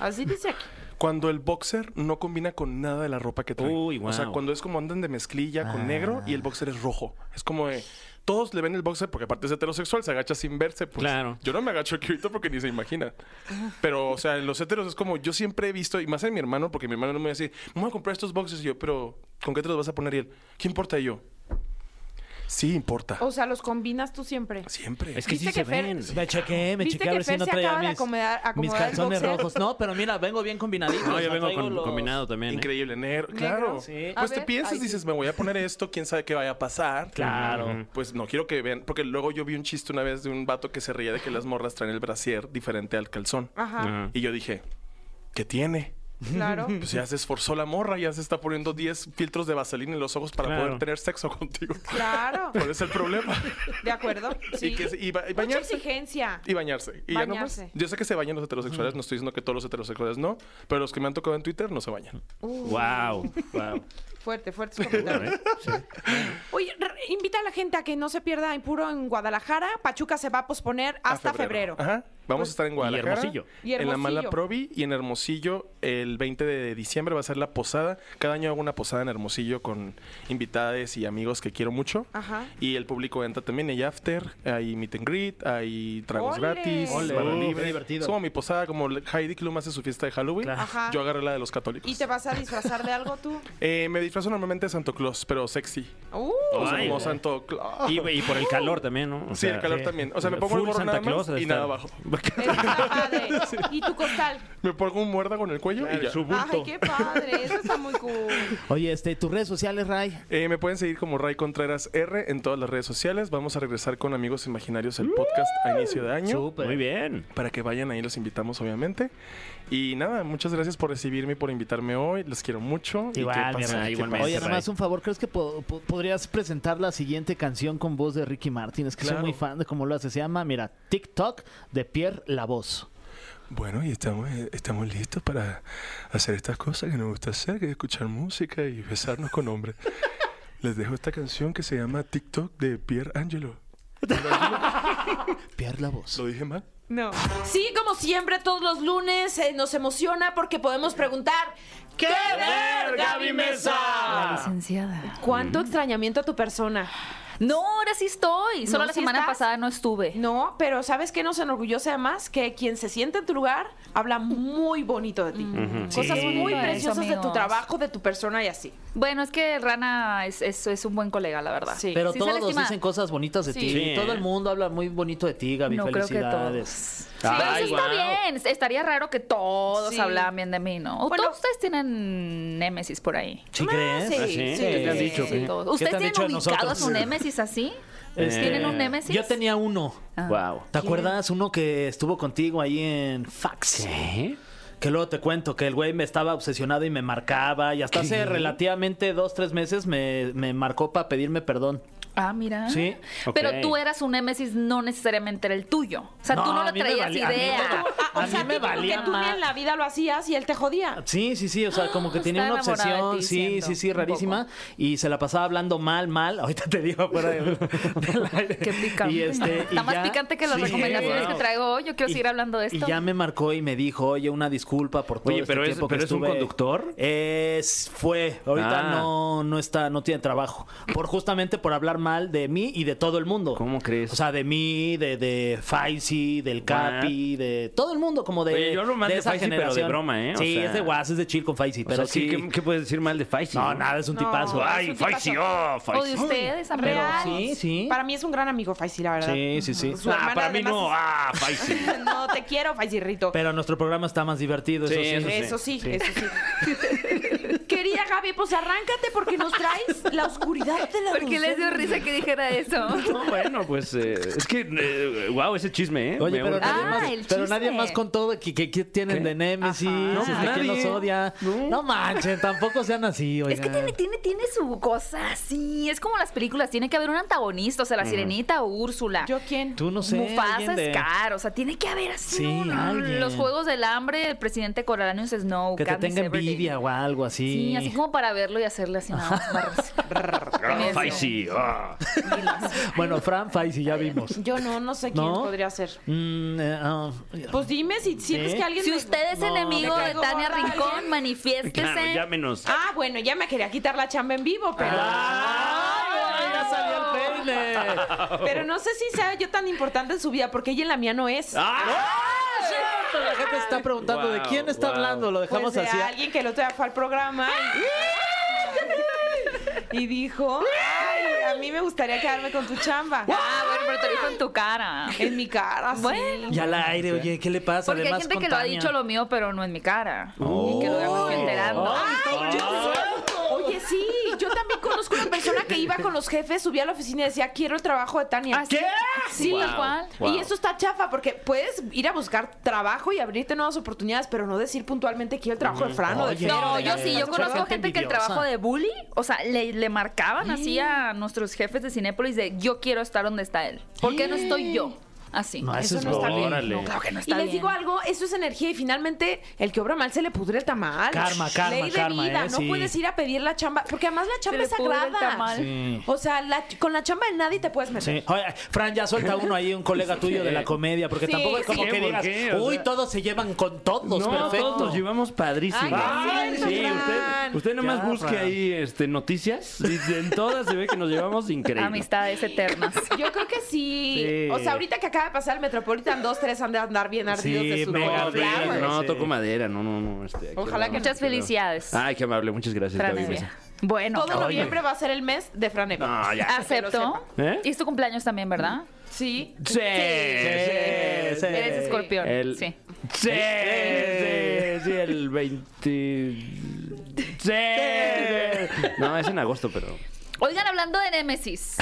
Así dice aquí. Cuando el boxer no combina con nada de la ropa que trae. Uy, O sea, guau. cuando es como andan de mezclilla con negro y el boxer es rojo. Es como de, todos le ven el boxer porque aparte es heterosexual, se agacha sin verse. Pues. Claro. Yo no me agacho aquí ahorita porque ni se imaginan. Pero, o sea, en los heteros es como yo siempre he visto, y más en mi hermano, porque mi hermano no me decía, no voy a comprar estos boxers. Y yo, pero ¿con qué te los vas a poner? Y él, ¿qué importa? Y yo, sí importa. O sea, los combinas tú siempre. Siempre. es que sí ¿Viste se que Fer- ven. Me chequé, me ¿Viste chequé a que ver si Fer no se traía acaba de mis, acomodar- mis acomodar el calzones boxer? rojos. No, pero mira, vengo bien combinadito. No, yo o sea, vengo traigo con- los- combinado también. ¿eh? Increíble, negro, claro. sí. A Pues te ver, piensas, ay, sí. dices, me voy a poner esto, quién sabe qué vaya a pasar. Claro. Ujú. Pues no quiero que vean, porque luego yo vi un chiste una vez de un vato que se reía de que las morras traen el brasier diferente al calzón. Ajá, Ajá. Y yo dije, ¿qué tiene? claro. Pues ya se esforzó la morra, ya se está poniendo 10 filtros de vaselina en los ojos para Claro. poder tener sexo contigo. [laughs] Claro. ¿Cuál es el problema? De acuerdo. Sí. [laughs] Y, que se- y ba- y Mucha bañarse. exigencia. Y bañarse. Y ya nomás. Bañarse. Yo sé que se bañan los heterosexuales, no estoy diciendo que todos los heterosexuales no, pero los que me han tocado en Twitter no se bañan. Uh, Wow, wow. Fuerte, fuerte. comentarios. Oye, r- invita a la gente a que no se pierda Impuro en Guadalajara. Pachuca se va a posponer a hasta febrero. Pues, Ajá. Vamos a estar en Guadalajara. Hermosillo. Y En la Mala Hermosillo. Provi y en Hermosillo el 20 de diciembre va a ser la posada. Cada año hago una posada en Hermosillo con invitades y amigos que quiero mucho. Ajá. Y el público entra también. Hay after, hay meet and greet, hay tragos ¡Ole! gratis, ¡Ole! barra Uf, qué libre. divertido. Es como mi posada, como Heidi Klum hace su fiesta de Halloween. Claro. Ajá. Yo agarré la de los católicos. ¿Y te vas a disfrazar de algo tú? Eh, me disfrazo normalmente de Santo Claus, pero sexy. Uh, O sea, Ay, como güey. Santo Claus. Y, y por el calor también, ¿no? O Sí, el calor también. O sea, me pongo el full gorro Santa nada más Claus de y nada estar- [laughs] abajo. eso está padre. ¿Y tu costal? [laughs] Me pongo un muerda con el cuello y ya. Su bulto. Ay, qué padre. Eso está muy cool. Oye, este, tus redes sociales, Ray. Eh, me pueden seguir como Ray Contreras R en todas las redes sociales. Vamos a regresar con Amigos Imaginarios el podcast a inicio de año. Súper. Muy bien. Para que vayan ahí, los invitamos obviamente. Y nada, muchas gracias por recibirme y por invitarme hoy. Los quiero mucho. ¿Y Igual, qué mi pasa? hermano, ¿Qué igualmente. pasa? Oye, Ray. nada más un favor, ¿crees que po- po- podrías presentar la siguiente canción con voz de Ricky Martin? Es que soy Claro. muy fan de cómo lo hace. Se llama, mira, TikTok de Pierre La Voz. Bueno, y estamos, eh, estamos listos para hacer estas cosas que nos gusta hacer, que es escuchar música y besarnos con hombres. Les dejo esta canción que se llama TikTok de Pierre Angelo. Pierre La Voz. ¿Lo dije mal? No. Sí, como siempre, todos los lunes eh, nos emociona porque podemos preguntar: ¿Qué ver, Gaby Mesa? Licenciada. ¿Cuánto extrañamiento a tu persona? No, ahora sí estoy. Solo No, la sí semana estás. pasada no estuve. No, pero ¿sabes qué nos enorgullece además? Que quien se siente en tu lugar habla muy bonito de ti. Mm. Cosas Sí. muy Bonito eso, preciosas de tu amigos. trabajo, de tu persona y así. Bueno, es que Rana es, es- es un buen colega, la verdad. Sí. Pero Sí se le todos estima. dicen cosas bonitas de Sí. ti. Sí. Todo el mundo habla muy bonito de ti, Gaby. No creo que Felicidades. todos. Ay, Pero eso está guau. bien. Estaría raro que todos Sí. hablaran bien de mí, ¿no? O Bueno. todos ustedes tienen némesis por ahí. ¿Sí crees? sí, ¿Ah, sí? sí. ¿Qué te han Sí, dicho? Eh, sí, todos. ¿Qué te ¿Ustedes han tienen dicho de ubicado a su nosotros? némesis así? Este, ¿Tienen un némesis? Yo tenía uno. Ah. Wow. ¿Te acuerdas uno que estuvo contigo ahí en Fax? ¿Eh? Que luego te cuento que el güey me estaba obsesionado y me marcaba. Y hasta hace relativamente dos, tres meses me, me marcó para pedirme perdón. Ah, mira. Sí. Ok. Pero tú eras un némesis, no necesariamente era el tuyo. O sea, tú No, no a lo mí me traías valía- a mí me idea. valía- O A sea, mí me tipo valía que tú ni más. en la vida lo hacías y él te jodía. Sí, sí, sí, o sea, como que Está tenía una enamorada Ah, de obsesión, ti, sí, siento, sí, sí, un rarísima, y se la pasaba hablando mal, mal, ahorita te digo fuera [laughs] del, del aire. Qué [laughs] picante. Y este, y Está más ya- picante que las Sí, recomendaciones wow. que traigo hoy. Yo quiero Y- seguir hablando de esto. Y ya me marcó y me dijo, oye, una disculpa por todo Oye, este pero es- tiempo que pero es un estuve". conductor? Es, fue, ahorita Ah. no, no está, no tiene trabajo. Por justamente por hablar mal de mí y de todo el mundo. ¿Cómo crees? O sea, de mí, de, de Faisy, del Guau. Capi, de todo el mundo, como de, Ah. Oye, yo hablo mal de esa Faisy, pero de generación. broma, ¿eh? O sí, sea- es de guas, es de chill con Faisy, pero Pero sí. ¿qué, qué puedes decir mal de Faisy? No, nada, es un No. tipazo. Ah, es Ay, un Faisy, oh, tipazo. O Faisy. de ustedes, amigo. Pero Real. sí, sí. Para mí es un gran amigo, Faisy, la verdad. Sí, sí, sí. Su hermana, para mí además, no, es- ah, Faisy. [laughs] No te quiero, Faisy Rito. Pero nuestro programa está más divertido, Sí, eso sí. eso sí. Eso sí, eso sí. [laughs] Querida Gaby, pues arráncate porque nos traes la oscuridad de la ¿Por qué les dio risa que dijera [laughs] eso? [laughs] No, bueno, pues eh, es que, wow, ese chisme, ¿eh? Oye, Me- pero, nadie, Ah, el más, pero nadie chisme. más contó de que, que- que tienen ¿Qué? de Nemesis, Ajá. de No, quién nadie. los odia. No. No. manchen, tampoco sean así, oigan. Es que tiene, tiene, tiene su cosa así. Es como las películas. Tiene que haber un antagonista. O sea, la sirenita o Úrsula. ¿Yo quién? Tú no sé. Mufasa alguien de- es caro. O sea, tiene que haber así. Sí, un- alguien. Los juegos del hambre, el presidente Coralanius Snow. Que te Katniss tenga Everdeen. envidia o algo así. Sí, así como para verlo y hacerle [laughs] así nada más. barras. Ah, Eso. Faisy, ah. Bueno, Fran Faisy, ya [laughs] vimos. Yo no, no sé quién ¿No? podría ser. Mm, eh, ah, Pues dime si sientes ¿Sí? que alguien. Si me- usted es No, enemigo me de caigo Tania gorda, Rincón, alguien. manifiéstese. Claro, [laughs] llámenos. Ah, bueno, ya me quería quitar la chamba en vivo, pero. ¡Ay, Ah, ya salió el peine! Pero no sé si sea yo tan importante en su vida, porque ella en la mía no es. ¡Ah, cierto! La gente está preguntando de Wow, quién está wow. hablando. Lo Pues dejamos de así. alguien que el otro día fue al programa y, y dijo: Ay, a mí me gustaría quedarme con tu chamba. Ah, bueno, pero te lo dijo en tu cara. En mi cara, sí. Bueno. Y al aire, oye, ¿qué le pasa? Porque hay Además, gente con que lo ha Tania. dicho lo mío, pero no en mi cara. Y que luego me estoy Uy. enterando. Ah, Ay, Oye, sí, yo también conozco una persona que iba con los jefes, subía a la oficina y decía, quiero el trabajo de Tania. ¿Ah, sí? Sí, Wow, Tal cual. wow. Y eso está chafa, porque puedes ir a buscar trabajo y abrirte nuevas oportunidades, pero no decir puntualmente quiero el trabajo de Fran o de Oye, Fer. No, Pero yo ya sí, es yo mucha conozco gente gente que el envidiosa. trabajo de bully, o sea, le, le marcaban así a nuestros jefes de Cinépolis de yo quiero estar donde está él. ¿Por qué no estoy yo? Así. No, Eso eso, es no está bien. horrible. No, claro que no Y está les bien. digo algo, eso es energía y finalmente el que obra mal se le pudre el tamal. Karma, karma, Ley de karma, vida, ¿eh? no Sí. puedes ir a pedir la chamba, porque además la chamba le es pudre el sagrada. tamal. Sí. O sea, la- con la chamba de nadie te puedes meter. Sí. Oye, Fran, ya suelta uno ahí, un colega tuyo de la comedia, porque Sí, tampoco es como sí. que ¿Por digas, qué? O uy, sea- todos se llevan con todos, No, perfecto. todos nos llevamos padrísimo. Ay, qué sí, cierto, usted, Fran. usted nomás Ya, busque Fran. ahí este, noticias. y en todas se ve que nos llevamos increíble. Amistades [laughs] eternas. Yo creo que sí. Sí. O sea, ahorita que acaba de pasar el Metropolitan, dos, tres han de andar bien ardidos Sí, de su mega No, Golden bien, Flowers. no, sí. toco madera, no, no, no. este, aquí Ojalá andamos. que Muchas felicidades. Ah, Ay, qué amable, muchas gracias, Fran Gaby Evia. Mesa. Bueno, Todo noviembre va a ser el mes de Franeva. No, ya. Ah, acepto. ¿Eh? Y es tu cumpleaños también, ¿verdad? Sí. Sí, sí, sí. Eres escorpión. El- Sí. Sí, sí, sí, el 20. Sí. No, es en agosto, pero. Oigan, hablando de Némesis,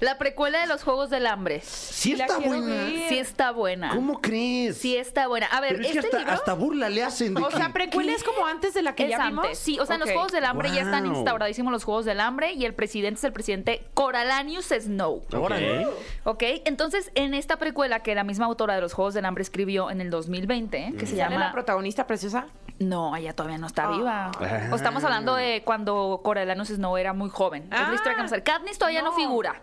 la precuela de los Juegos del Hambre. Sí La quiero ver. Sí está buena. ¿Cómo crees? Sí está buena. A ver, Pero es que este hasta, libro hasta burla le hacen. de O sea, que- precuela es como antes de la que es ya vimos. antes. Sí, o sea, en los Ok. Juegos del Hambre ya están Wow. instauradísimos los Juegos del Hambre y el presidente es el presidente Coralanius Snow. Órale. ¿Ok? Entonces, en esta precuela que la misma autora de los Juegos del Hambre escribió en el 2020, que se Mm. ¿Sale la llama... protagonista preciosa? No, ella todavía no está Ah. viva. O estamos hablando de cuando Coralanius Snow era muy joven. Es la Ah. historia que nos- Katniss todavía no, No. figura.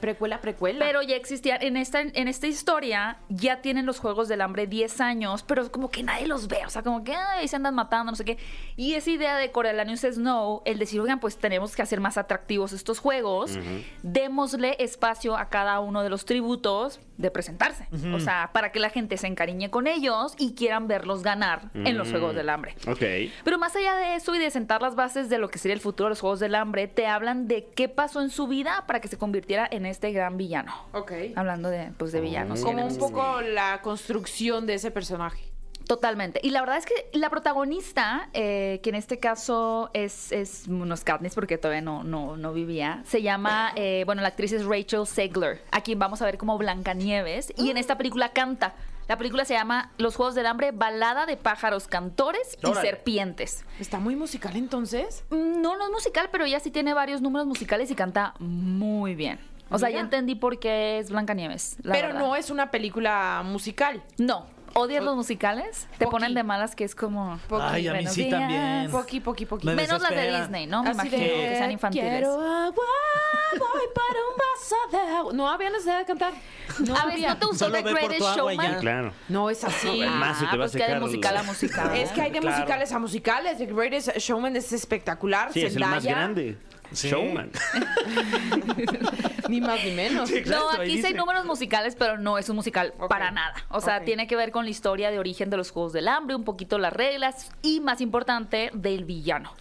Precuela, precuela. Pero ya existían, en esta, en esta historia ya tienen los Juegos del Hambre 10 años, pero es como que nadie los ve, o sea, como que ahí se andan matando, no sé qué. Y esa idea de Coriolanus Snow, el decir, oigan, pues tenemos que hacer más atractivos estos juegos, démosle espacio a cada uno de los tributos de presentarse, o sea, para que la gente se encariñe con ellos y quieran verlos ganar en los Juegos del Hambre. Ok. Pero más allá de eso y de sentar las bases de lo que sería el futuro de los Juegos del Hambre, te hablan de qué pasó en su vida para que se convirtiera en este gran villano. Ok. Hablando de, pues, de villanos. y Como un enemigos. poco la construcción de ese personaje. Totalmente. Y la verdad es que la protagonista, eh, que en este caso es, es no es Katniss porque todavía no, no, no vivía, se llama, eh, bueno, la actriz es Rachel Segler, a quien vamos a ver como Blancanieves. Y Ah. en esta película canta. La película se llama Los Juegos del Hambre, balada de pájaros cantores y Órale. serpientes. ¿Está muy musical entonces? Mm, No, no es musical, pero ella sí tiene varios números musicales y canta muy bien. O sea, Mira. ya entendí por qué es Blancanieves. la Pero verdad. no es una película musical. No. ¿Odias los musicales? Te Poqui. ponen de malas que es como... Poqui, Ay, a mí buenos sí días. también. Poqui, poqui, poqui. Me Menos las de desespera. Disney, ¿no? Me Así imagino de, que sean infantiles. Quiero agua, voy para un vaso de agua. No había necesidad de cantar. No a veces había. no te gustó Solo The ve por Greatest tu agua y Showman. ya. Claro. No es así. El mazo Ah, te va a pues que hay de secar los- musical a musical. Es que hay de Claro. musicales a musicales. The Greatest Showman es espectacular. Sí, es el más Zendaya, grande. Sí. Showman. Ni más ni menos. [laughs] no, aquí sí hay números musicales, pero no es un musical para nada. O sea, Ok. tiene que ver con la historia de origen de los Juegos del Hambre, un poquito las reglas y, más importante, del villano.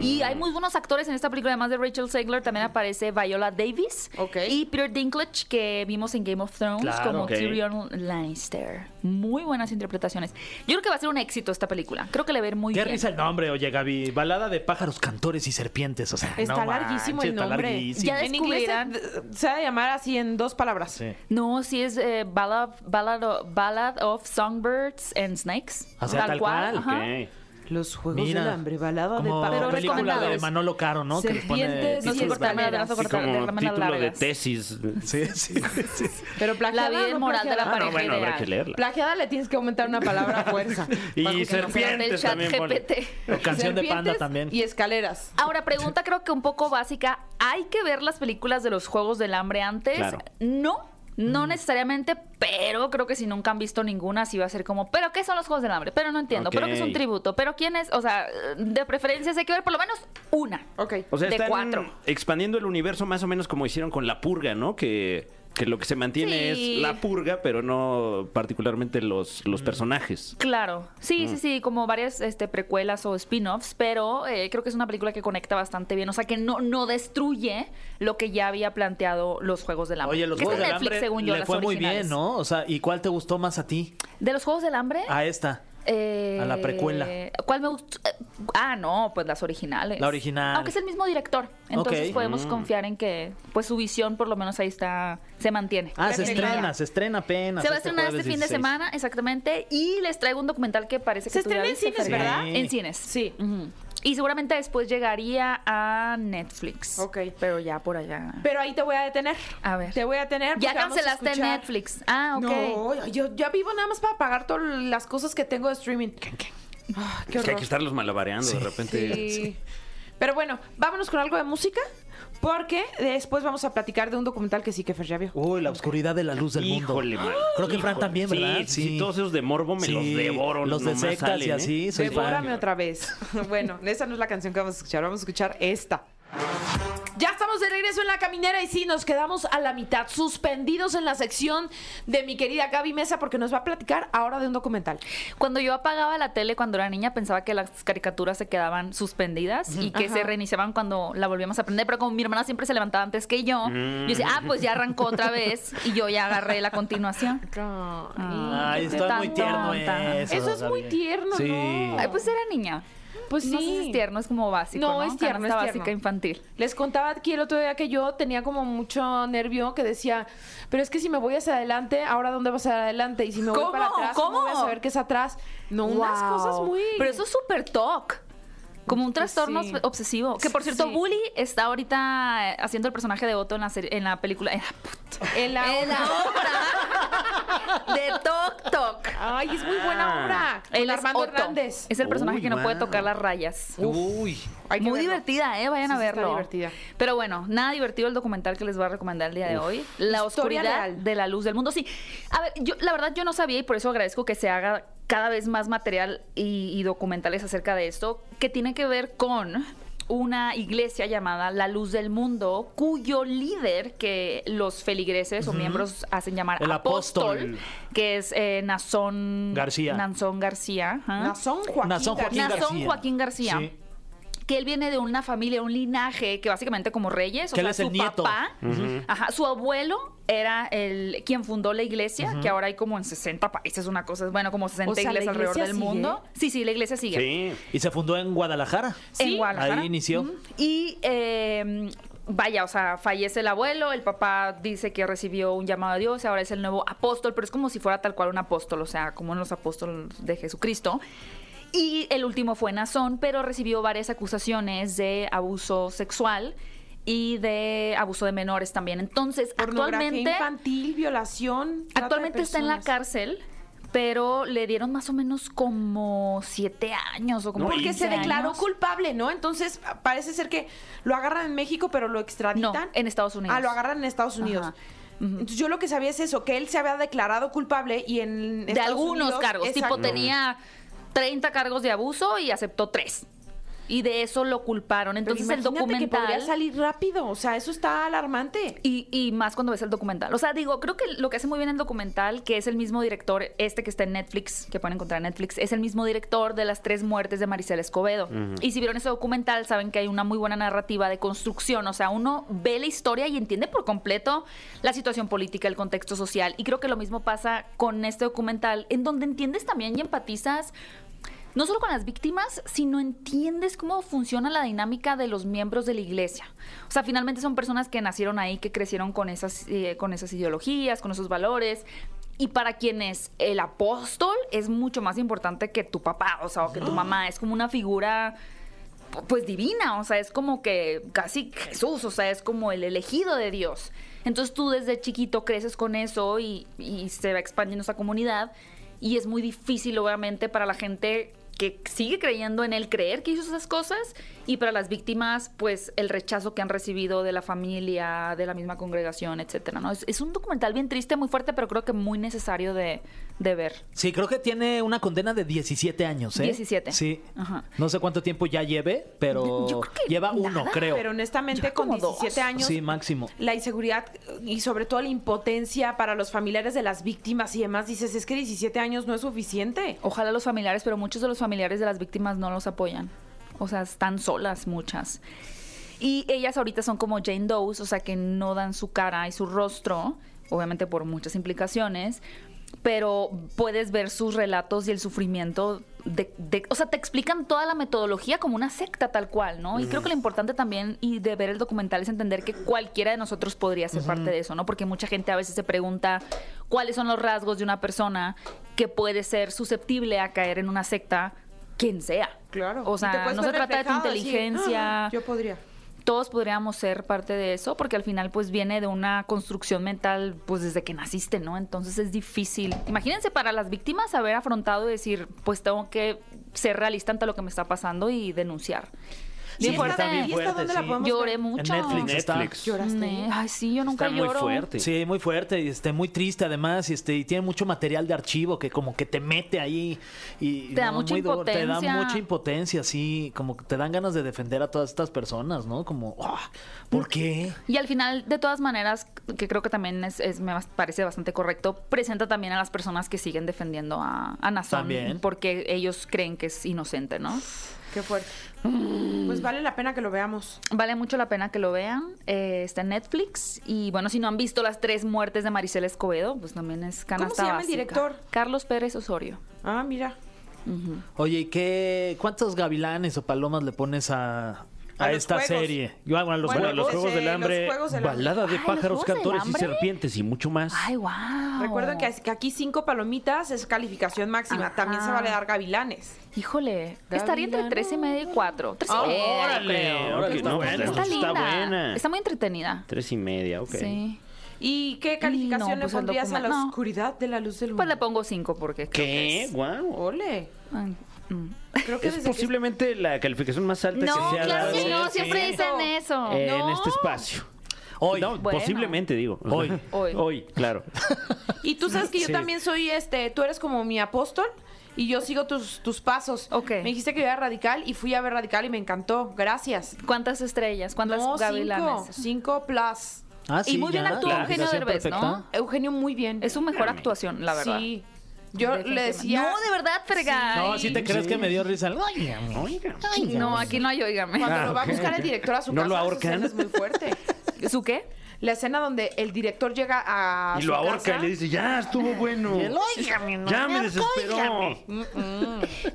Y hay muy buenos actores en esta película, además de Rachel Segler, también aparece Viola Davis Ok. y Peter Dinklage, que vimos en Game of Thrones Claro, como ok. Tyrion Lannister. Muy buenas interpretaciones. Yo creo que va a ser un éxito esta película. Creo que le va a ir muy Qué bien. risa el nombre, oye, Gaby. Balada de pájaros, cantores y serpientes. O sea, no Está larguísimo manches, el está nombre. larguísimo. Ya en inglés descubrirán. se, se ha de llamar así en dos palabras. Sí. No, sí es eh, ballad, ballad, o- Ballad of Songbirds and Snakes. O sea, tal cual, ajá. Ok. Los Juegos Mira, del Hambre, balada de Como pa- Pero película de recomendados. Manolo Caro, ¿no? Que les pone Serpientes, No se Sí, títulos corta nada, no se Sí, Sí, corta como nada, título las de largas. tesis. Sí, sí, sí. Pero La plagiada vida no inmoral de la plagiada. Ah, pareja no, bueno, habrá ideal. que leerla. Plagiada le tienes que aumentar una palabra a fuerza. Para que Y no sea- Del serpientes chat también. pone. GPT. O canción de panda Serpientes también. Y escaleras. Ahora, pregunta creo que un poco básica. ¿Hay que ver las películas de los Juegos del Hambre antes? Claro. No, Mm. no necesariamente, pero creo que si nunca han visto ninguna, sí va a ser como, ¿pero qué son los Juegos del Hambre? Pero no entiendo, ¿pero qué es un Ok. tributo? ¿Pero quién es? O sea, de preferencia sí hay que ver por lo menos una. Ok. O sea, de están cuatro. expandiendo el universo más o menos como hicieron con la purga, ¿no? Que, que lo que se mantiene Sí. es la purga, pero no particularmente los, los personajes. Claro, sí, sí, sí, como varias este, precuelas o spin-offs, pero eh, creo que es una película que conecta bastante bien, o sea que no, no destruye lo que ya había planteado los Juegos del Hambre. Oye, los Que Juegos está en del Netflix, Hambre según yo, le las fue muy bien, originales. ¿no? O sea, ¿y cuál te gustó más a ti? ¿De los Juegos del Hambre? A esta. Eh, a la precuela. ¿Cuál me gustó? Eh, Ah, no, pues las originales. La original. Aunque es el mismo director, entonces Ok. podemos confiar en que pues su visión por lo menos ahí está, se mantiene. Ah, se Perfecto. estrena, se estrena apenas. Se va a estrenar este pues, jueves fin de 16. semana, exactamente. Y les traigo un documental que parece que Se tú ya estrena en viste, cines, Fer. ¿verdad? Sí. En cines. Sí. Ujú. Y seguramente después llegaría a Netflix. Ok. Pero ya por allá. Pero ahí te voy a detener. A ver. Te voy a detener. porque ya pues, vamos a cancelaste escuchar- Netflix. Ah, ok. No, yo ya vivo nada más para pagar todas las cosas que tengo de streaming. Ah, qué Es que hay horror. que estarlos malabareando de repente. Sí. Pero bueno, vámonos con algo de música. Porque después vamos a platicar de un documental que sí que Fer ya vio. Uy, la oscuridad de la luz del Híjole, mundo. man. Creo que Fran Híjole. también, ¿verdad? Sí, sí, todos esos de morbo me los Sí, devoro. Los de nomás sectas salen, y ¿eh? así. Soy fan. Devórame otra vez. [laughs] Bueno, esa no es la canción que vamos a escuchar, vamos a escuchar esta. Ya estamos de regreso en la caminera y sí, nos quedamos a la mitad, suspendidos en la sección de mi querida Gaby Mesa, porque nos va a platicar ahora de un documental. Cuando yo apagaba la tele cuando era niña, pensaba que las caricaturas se quedaban suspendidas y que se reiniciaban cuando la volvíamos a aprender. Pero como mi hermana siempre se levantaba antes que yo, yo decía, ah, pues ya arrancó otra vez y yo ya agarré la continuación. [laughs] Ay, qué está muy tan tierno eh. tonta. eso. Eso es Gaby. muy tierno, Sí. ¿no? Ay, pues era niña. Pues No sé si es tierno, es como básico. No, No, es tierno, Canasta es tierno. básica infantil. Les contaba aquí el otro día que yo tenía como mucho nervio que decía, pero es que si me voy hacia adelante, ahora dónde vas hacia adelante y si me voy ¿Cómo? para atrás, ¿cómo ¿Cómo? voy a saber qué es atrás? No, unas Wow. cosas muy Pues Pero eso es súper talk. Como un trastorno sí. obs- obsesivo. Que por cierto, Sí. Bully está ahorita eh, haciendo el personaje de Otto en la, serie- en la película. En la, puta- En la [laughs] en la obra de Tok Tok. Ay, es muy Ah. buena obra. Con Él es Armando Otto. Hernández. Es el personaje Uy, que no puede wow. tocar las rayas. Uy. Hay que Muy verlo. divertida, ¿eh? Vayan Sí, a sí está verlo. divertida. Pero bueno, nada divertido el documental que les voy a recomendar el día de hoy. Historia La oscuridad real. de la luz del mundo. Sí, a ver, yo, la verdad yo no sabía y por eso agradezco que se haga cada vez más material y, y documentales acerca de esto, que tiene que ver con una iglesia llamada La Luz del Mundo, cuyo líder, que los feligreses o miembros hacen llamar El apóstol, apóstol. que es eh, Nazón García. Nazón García. ajá Nazón Joaquín. Nazón Joaquín García. Nazón García. Joaquín García. Sí. Que él viene de una familia, un linaje que básicamente como reyes, o Que él sea, es el su nieto. papá, ajá, su abuelo era el quien fundó la iglesia, que ahora hay como en 60 países, una cosa, bueno, como 60 O sea, ¿la iglesias alrededor iglesia del sigue? mundo. Sí, sí, la iglesia sigue Sí. Y se fundó en Guadalajara. en Guadalajara. Ahí inició. Ujú. Y eh, vaya, o sea, fallece el abuelo, el papá dice que recibió un llamado de Dios, ahora es el nuevo apóstol, pero es como si fuera tal cual un apóstol, o sea, como los apóstoles de Jesucristo. Y el último fue Nazón, pero recibió varias acusaciones de abuso sexual y de abuso de menores también. Entonces, Pornografía actualmente... infantil, violación. trata de Actualmente está en la personas. cárcel, pero le dieron más o menos como siete años o como Porque se 15 declaró años. culpable, ¿no? Entonces parece ser que lo agarran en México, pero lo extraditan. No, en Estados Unidos. Ah, lo agarran en Estados Unidos. Ajá. Entonces, yo lo que sabía es eso, que él se había declarado culpable y en de Estados algunos Unidos- cargos. Exacto. Tipo, tenía 30 cargos de abuso y aceptó 3. Y de eso lo culparon. Pero Entonces el imagínate que podría documental... salir rápido, o sea, eso está alarmante. Y, y más cuando ves el documental. O sea, digo, creo que lo que hace muy bien el documental, que es el mismo director, este que está en Netflix, que pueden encontrar en Netflix, es el mismo director de las tres muertes de Maricel Escobedo. Y si vieron ese documental, saben que hay una muy buena narrativa de construcción. O sea, uno ve la historia y entiende por completo la situación política, el contexto social. Y creo que lo mismo pasa con este documental, en donde entiendes también y empatizas no solo con las víctimas, sino entiendes cómo funciona la dinámica de los miembros de la iglesia. O sea, finalmente son personas que nacieron ahí, que crecieron con esas, eh, con esas ideologías, con esos valores. Y para quienes el apóstol es mucho más importante que tu papá, o sea, o que tu mamá. Es como una figura, pues divina, o sea, es como que casi Jesús, o sea, es como el elegido de Dios. Entonces tú desde chiquito creces con eso y, y se va expandiendo esa comunidad y es muy difícil obviamente para la gente que sigue creyendo en él creer que hizo esas cosas y para las víctimas pues el rechazo que han recibido de la familia, de la misma congregación, etcétera, ¿no? Es, es un documental bien triste, muy fuerte, pero creo que muy necesario de, de ver. Sí, creo que tiene una condena de 17 años, ¿eh? 17. Sí. Ajá. No sé cuánto tiempo ya lleve, pero Yo creo que lleva nada, uno, creo. Pero honestamente, Lleva con como dos. 17 años, Sí, máximo. la inseguridad y sobre todo la impotencia para los familiares de las víctimas y demás, dices, es que 17 años no es suficiente. Ojalá los familiares, pero muchos de los familiares de las víctimas no los apoyan. O sea, están solas muchas. Y ellas ahorita son como Jane Doe, o sea, que no dan su cara y su rostro, obviamente por muchas implicaciones, pero puedes ver sus relatos y el sufrimiento. De, de- o sea, te explican toda la metodología como una secta tal cual, ¿no? Y creo que lo importante también y de ver el documental es entender que cualquiera de nosotros podría ser parte de eso, ¿no? Porque mucha gente a veces se pregunta cuáles son los rasgos de una persona que puede ser susceptible a caer en una secta, quien sea. Claro. O Y te sea, puedes no se ver trata de tu reflejado, decir, inteligencia "Ah, yo podría. todos podríamos ser parte de eso, porque al final pues viene de una construcción mental pues desde que naciste, ¿no? Entonces es difícil. Imagínense para las víctimas haber afrontado y decir, pues tengo que ser realista ante lo que me está pasando y denunciar. ¿Y Bien esta- fuerte. ¿Y esta fuerte, dónde la sí. podemos Lloré ver? mucho. En Netflix. Netflix. Llora. ¿Lloraste? Me- Ay, sí, yo nunca Está muy lloro. fuerte. Sí, muy fuerte y este, muy triste además y, este, y tiene mucho material de archivo que como que te mete ahí y Te da mucha muy duro, te da impotencia. mucha impotencia, sí, como que te dan ganas de defender a todas estas personas, ¿no? Como, ah, Mm. ¿por qué? Y al final, de todas maneras, que creo que también es, es- me parece bastante correcto, presenta también a las personas que siguen defendiendo a, a Nazón También. porque ellos creen que es inocente, ¿no? Qué fuerte. Pues vale la pena que lo veamos. Vale mucho la pena que lo vean. eh, está en Netflix. Y bueno, si no han visto las tres muertes de Maricela Escobedo, pues también es canasta se llama el básica. director? Carlos Pérez Osorio. Ah, mira. Oye, ¿y qué, cuántos gavilanes o palomas le pones a, a a, los esta juegos. serie. Yo hago a los Bueno, Bueno, los juegos. Juegos eh, del los Hambre, Juegos del Hambre. balada Ay, de ¿los pájaros, Juegos del cantores y Hambre? serpientes y mucho más. Ay, wow. Recuerden que, que aquí cinco palomitas es calificación máxima. Ajá. También se vale dar gavilanes. Híjole, estaría entre tres y media y cuatro. Tres y Ah, media, yo órale, creo. órale, Está no, buena. pues, está está linda. buena. Está muy entretenida. Tres y media, ok. Sí. ¿Y qué no, calificación le pues el pondrías a la documental- no. oscuridad de la luz del Pues le mundo? pongo cinco porque creo que ¿Qué? es- Wow. Ole. Ay, mm. Creo que Es desde que- posiblemente la calificación más alta No, que se ha claro dado que no, en- siempre dicen eso. en No. este espacio. Hoy. No, Bueno. posiblemente digo. Hoy. Hoy. Hoy, [laughs] claro. Y tú sabes que yo Sí. también soy, este, tú eres como mi apóstol y yo sigo tus, tus pasos. Ok. Me dijiste que iba a Radical y fui a ver Radical y me encantó. Gracias. ¿Cuántas estrellas? ¿Cuántas No, gavilanes? cinco. Cinco plus. Ah, y muy bien ya, actuó la Eugenio aplicación Derbez, ¿no? perfecta. Eugenio, muy bien. Es su mejor actuación, la verdad. Sí. Yo le Definitivamente. decía... No, de verdad, frega. No, si te crees que me dio risa. Ay, amor. Oiga. Ay, no, aquí no hay, oígame. Cuando Ah, lo va ok, a buscar ok. el director a su ¿No casa, lo esa ahorcan? escena es muy fuerte. [laughs] ¿Su qué? La escena donde el director llega a Y su lo ahorca casa, y le dice, ya estuvo bueno. ya me desesperó. [laughs]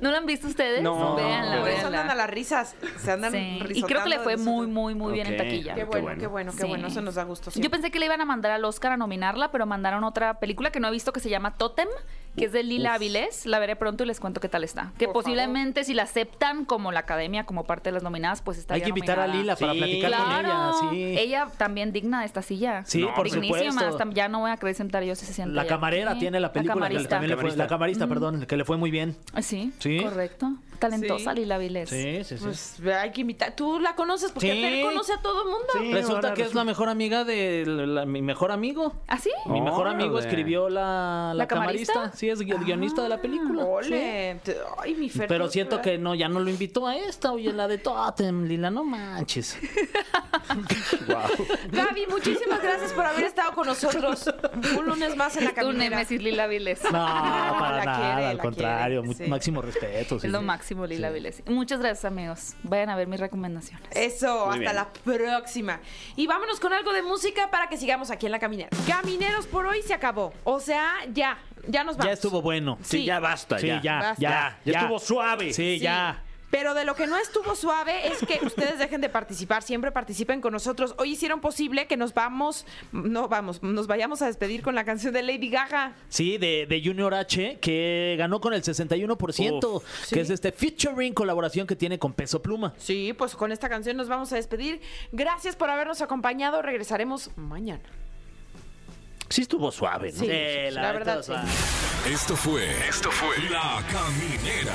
¿No la han visto ustedes? No. Véanla, Por eso véanla. andan a las risas. Se andan Ah, Sí. Y creo risotando que le de fue muy, nosotros. muy, muy bien en Ok. taquilla. Qué Qué bueno, bueno. qué bueno, qué Sí. bueno. Eso nos da gusto. Yo siempre. pensé que le iban a mandar al Oscar a nominarla, pero mandaron otra película que no he visto que se llama Totem, que es de Lila Avilés. La veré pronto y les cuento qué tal está. Que Por posiblemente si la aceptan como la academia, como parte de las nominadas, pues está Hay que invitar a Lila para Sí, platicar con ella. Claro, Sí. ella también digna de esta silla. Sí, No, por Dignísima, supuesto. hasta ya no voy a creer sentar yo si se sienta La ella. camarera Sí, tiene la película que camarista. también le fue, la camarista, perdón, que le fue muy bien. Ah, Sí, Sí. correcto. Talentosa Sí. Lila Vilés. sí, sí. Pues hay que invitar. Tú la conoces porque Sí. Fer conoce a todo el mundo. Pues Resulta que es la mejor amiga de la- mi mejor amigo. ¿Ah, sí? Mi mejor amigo Órale. escribió la, la, ¿La camarista? camarista? Sí, es gui- guionista de la película. Ah, Ole. Te- Ay, mi Sí. Fer. Pero tú- siento que no, ya no lo invitó a esta, oye, la de Totem, Lila, [laughs] no manches. Gaby, muchísimas gracias por haber estado con nosotros un lunes más en la Tu caminera. némesis Lila Vilés. No, para La nada, quiere, al la contrario, quiere, mu- sí. máximo respeto. sí, [laughs] Es lo sí. máximo, Lila Vilés. Muchas gracias, amigos. Vayan a ver mis recomendaciones. Eso, hasta bien. la próxima. Y vámonos con algo de música para que sigamos aquí en la caminera. Camineros por hoy se acabó. O sea, ya, ya nos vamos. Ya estuvo bueno. Sí, ya basta. Sí, ya, ya, basta. ya, Ya estuvo suave. Sí, Sí, ya. Pero de lo que no estuvo suave es que ustedes dejen de participar, siempre participen con nosotros. Hoy hicieron posible que nos vamos, no vamos, nos vayamos a despedir con la canción de Lady Gaga. Sí, de, de Junior H, que ganó con el 61%, que Sí. es este featuring colaboración que tiene con Peso Pluma. Sí, pues con esta canción nos vamos a despedir. Gracias por habernos acompañado. Regresaremos mañana. Sí estuvo suave, ¿no? Sí, Eh, la verdad. neta, o sea, sí. Esto fue. Esto fue. La Caminera.